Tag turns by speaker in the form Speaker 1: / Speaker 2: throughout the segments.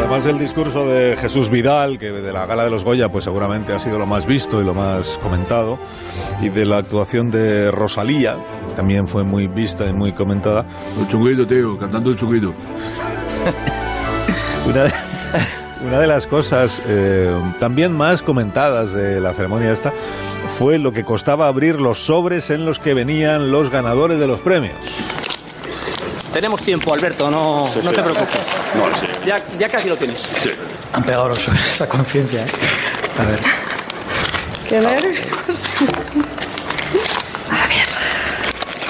Speaker 1: Además del discurso de Jesús Vidal, que de la gala de los Goya, pues seguramente ha sido lo más visto y lo más comentado, y de la actuación de Rosalía, que también fue muy vista y muy comentada.
Speaker 2: El chunguito, tío, cantando el chunguito.
Speaker 1: Una de, una de las cosas eh, también más comentadas de la ceremonia esta fue lo que costaba abrir los sobres en los que venían los ganadores de los premios.
Speaker 3: Tenemos tiempo, Alberto, no,
Speaker 4: Sí,
Speaker 3: no
Speaker 4: sí.
Speaker 3: te preocupes.
Speaker 4: No, sí.
Speaker 3: Ya, ya casi lo tienes.
Speaker 4: Sí.
Speaker 5: Han pegado los sobres a conciencia, ¿eh? A ver.
Speaker 6: Qué nervios.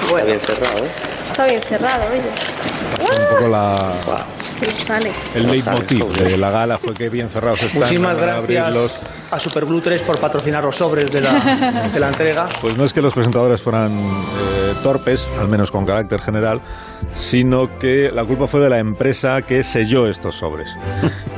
Speaker 3: Está bien cerrado, ¿eh?
Speaker 6: Está bien cerrado, oye.
Speaker 1: Un poco la,
Speaker 6: Pero sale.
Speaker 1: El leitmotiv de la gala fue que bien cerrados están.
Speaker 5: Muchísimas
Speaker 1: no van a abrirlos.
Speaker 5: gracias a Superglue 3 por patrocinar los sobres de la, de la entrega.
Speaker 1: Pues no es que los presentadores fueran eh, torpes, al menos con carácter general, sino que la culpa fue de la empresa que selló estos sobres.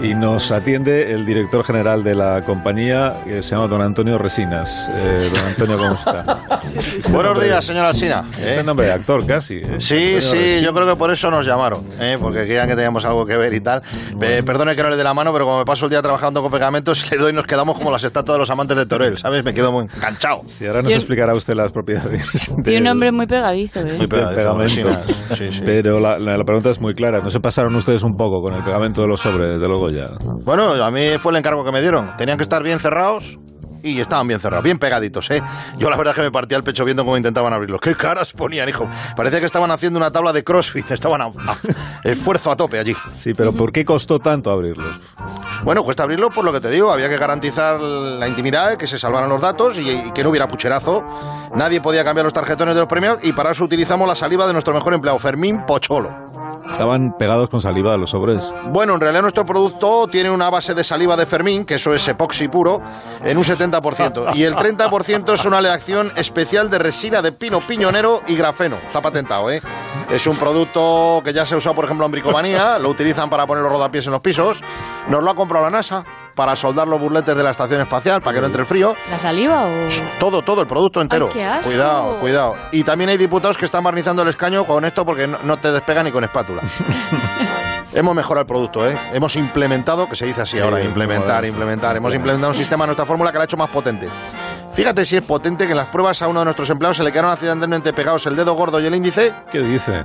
Speaker 1: Y nos atiende el director general de la compañía, que se llama don Antonio Resinas. Eh, don Antonio, ¿cómo está?
Speaker 7: Buenos días, señora Alsina.
Speaker 1: Es el nombre de actor casi. ¿eh?
Speaker 7: Sí,
Speaker 1: Antonio
Speaker 7: sí,
Speaker 1: Resinas.
Speaker 7: yo creo que por eso nos llamaron, ¿eh? porque querían que teníamos algo que ver y tal. Eh, perdone que no le dé la mano, pero como me paso el día trabajando con pegamentos, le doy y nos quedamos como las estatuas de los amantes de Torel, ¿sabes? Me quedo muy enganchado.
Speaker 1: Sí, ahora nos
Speaker 8: Tiene-
Speaker 1: explicará usted las propiedades.
Speaker 8: Tiene un
Speaker 1: del-
Speaker 8: nombre muy pegadizo, ¿eh?
Speaker 7: Muy
Speaker 1: del
Speaker 7: pegadizo,
Speaker 1: pegamento.
Speaker 7: Alsina. Sí, sí.
Speaker 1: Pero la, la- la pregunta es muy clara. ¿No se pasaron ustedes un poco con el pegamento de los sobres de luego ya?
Speaker 7: Bueno, a mí fue el encargo que me dieron. Tenían que estar bien cerrados y estaban bien cerrados, bien pegaditos, ¿eh? Yo la verdad es que me partía el pecho viendo cómo intentaban abrirlos. ¡Qué caras ponían, hijo! Parecía que estaban haciendo una tabla de crossfit, estaban a, a- esfuerzo a tope allí.
Speaker 1: Sí, pero ¿por qué costó tanto abrirlos?
Speaker 7: Bueno, cuesta abrirlo por lo que te digo, había que garantizar la intimidad, que se salvaran los datos y, y que no hubiera pucherazo. Nadie podía cambiar los tarjetones de los premios y para eso utilizamos la saliva de nuestro mejor empleado, Fermín Pocholo.
Speaker 1: Estaban pegados con saliva a los sobres.
Speaker 7: Bueno, en realidad nuestro producto tiene una base de saliva de Fermín, que eso es epoxi puro, en un 70%. Y el 30% es una aleación especial de resina de pino piñonero y grafeno. Está patentado, ¿eh? Es un producto que ya se usa, por ejemplo, en bricomanía, lo utilizan para poner los rodapiés en los pisos. Nos lo ha comprado la NASA para soldar los burletes de la estación espacial, para que no entre el frío.
Speaker 8: ¿La saliva o...?
Speaker 7: Todo, todo, el producto entero.
Speaker 8: qué asco!
Speaker 7: Cuidado, cuidado. Y también hay diputados que están barnizando el escaño con esto porque no, no te despega ni con espátula. Hemos mejorado el producto, ¿eh? Hemos implementado, que se dice así
Speaker 1: Sí,
Speaker 7: ahora,
Speaker 1: hemos
Speaker 7: implementar,
Speaker 1: mejorado.
Speaker 7: implementar. Hemos implementado un sistema en nuestra fórmula que la ha hecho más potente. Fíjate si es potente que en las pruebas a uno de nuestros empleados se le quedaron accidentalmente pegados el dedo gordo y el índice.
Speaker 1: ¿Qué dice?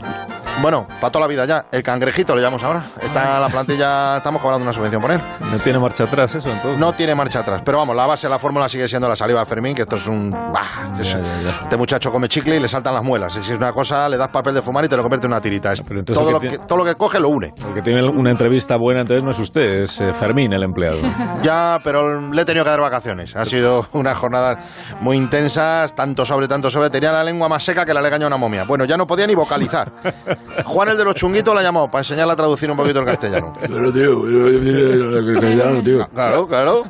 Speaker 7: Bueno, para toda la vida ya. El cangrejito le llamamos ahora. Está la plantilla, estamos cobrando una subvención por él.
Speaker 1: ¿No tiene marcha atrás eso entonces?
Speaker 7: No tiene marcha atrás. Pero vamos, la base de la fórmula sigue siendo la saliva de Fermín, que esto es un. bah, es-
Speaker 1: Ya, ya, ya.
Speaker 7: Este muchacho come chicle y le saltan las muelas. Si es una cosa, le das papel de fumar y te lo convierte en una tirita. Es-
Speaker 1: Ah, Pero entonces,
Speaker 7: todo,
Speaker 1: ¿qué
Speaker 7: lo
Speaker 1: tiene?
Speaker 7: que, todo lo que coge lo une.
Speaker 1: El que tiene una entrevista buena entonces no es usted, es eh, Fermín, el empleado.
Speaker 7: Ya, pero le he tenido que dar vacaciones. Ha sido unas jornadas muy intensas, tanto sobre, tanto sobre. Tenía la lengua más seca que la legaña a una momia. Bueno, ya no podía ni vocalizar. Juan el de los chunguitos la llamó para enseñarle a traducir un poquito el castellano.
Speaker 2: Pero, tío, el castellano, tío.
Speaker 7: Claro, claro.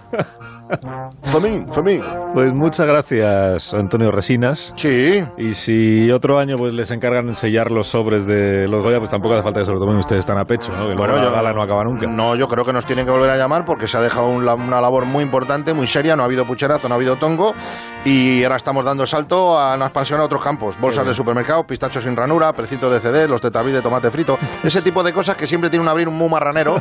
Speaker 7: Fermín, Fermín.
Speaker 1: Pues muchas gracias, Antonio Resinas.
Speaker 7: Sí,
Speaker 1: Y si otro año pues les encargan sellar los sobres de los Goya, pues tampoco hace falta que se lo tomen ustedes tan a pecho, ¿no? Que luego la gala no acaba nunca.
Speaker 7: No, yo creo que nos tienen que volver a llamar porque se ha dejado un la- una labor muy importante, muy seria. No ha habido pucherazo, no ha habido tongo. Y ahora estamos dando el salto a una expansión a otros campos: bolsas de supermercado, pistachos sin ranura, precitos de CD, los tetabis de tomate frito. Ese tipo de cosas que siempre tiene un abrir un muy marranero.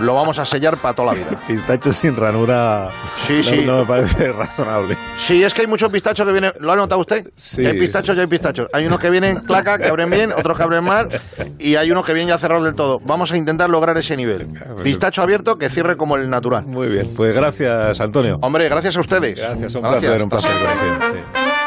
Speaker 7: Lo vamos a sellar para toda la vida.
Speaker 1: Pistacho sin ranura
Speaker 7: Sí,
Speaker 1: no-
Speaker 7: sí.
Speaker 1: no me parece razonable.
Speaker 7: Sí, es que hay muchos pistachos que vienen. ¿Lo ha notado usted?
Speaker 1: Sí.
Speaker 7: Que Hay pistachos y hay pistachos. Hay unos que vienen claca, que abren bien, otros que abren mal, y hay unos que vienen ya cerrados del todo. Vamos a intentar lograr ese nivel. Pistacho abierto que cierre como el natural.
Speaker 1: Muy bien, pues gracias, Antonio.
Speaker 7: Hombre, gracias a ustedes.
Speaker 1: Gracias, un
Speaker 7: Oh. Gracias,
Speaker 1: placer, un
Speaker 7: hasta
Speaker 1: placer.
Speaker 7: siempre.
Speaker 1: conocer, sí.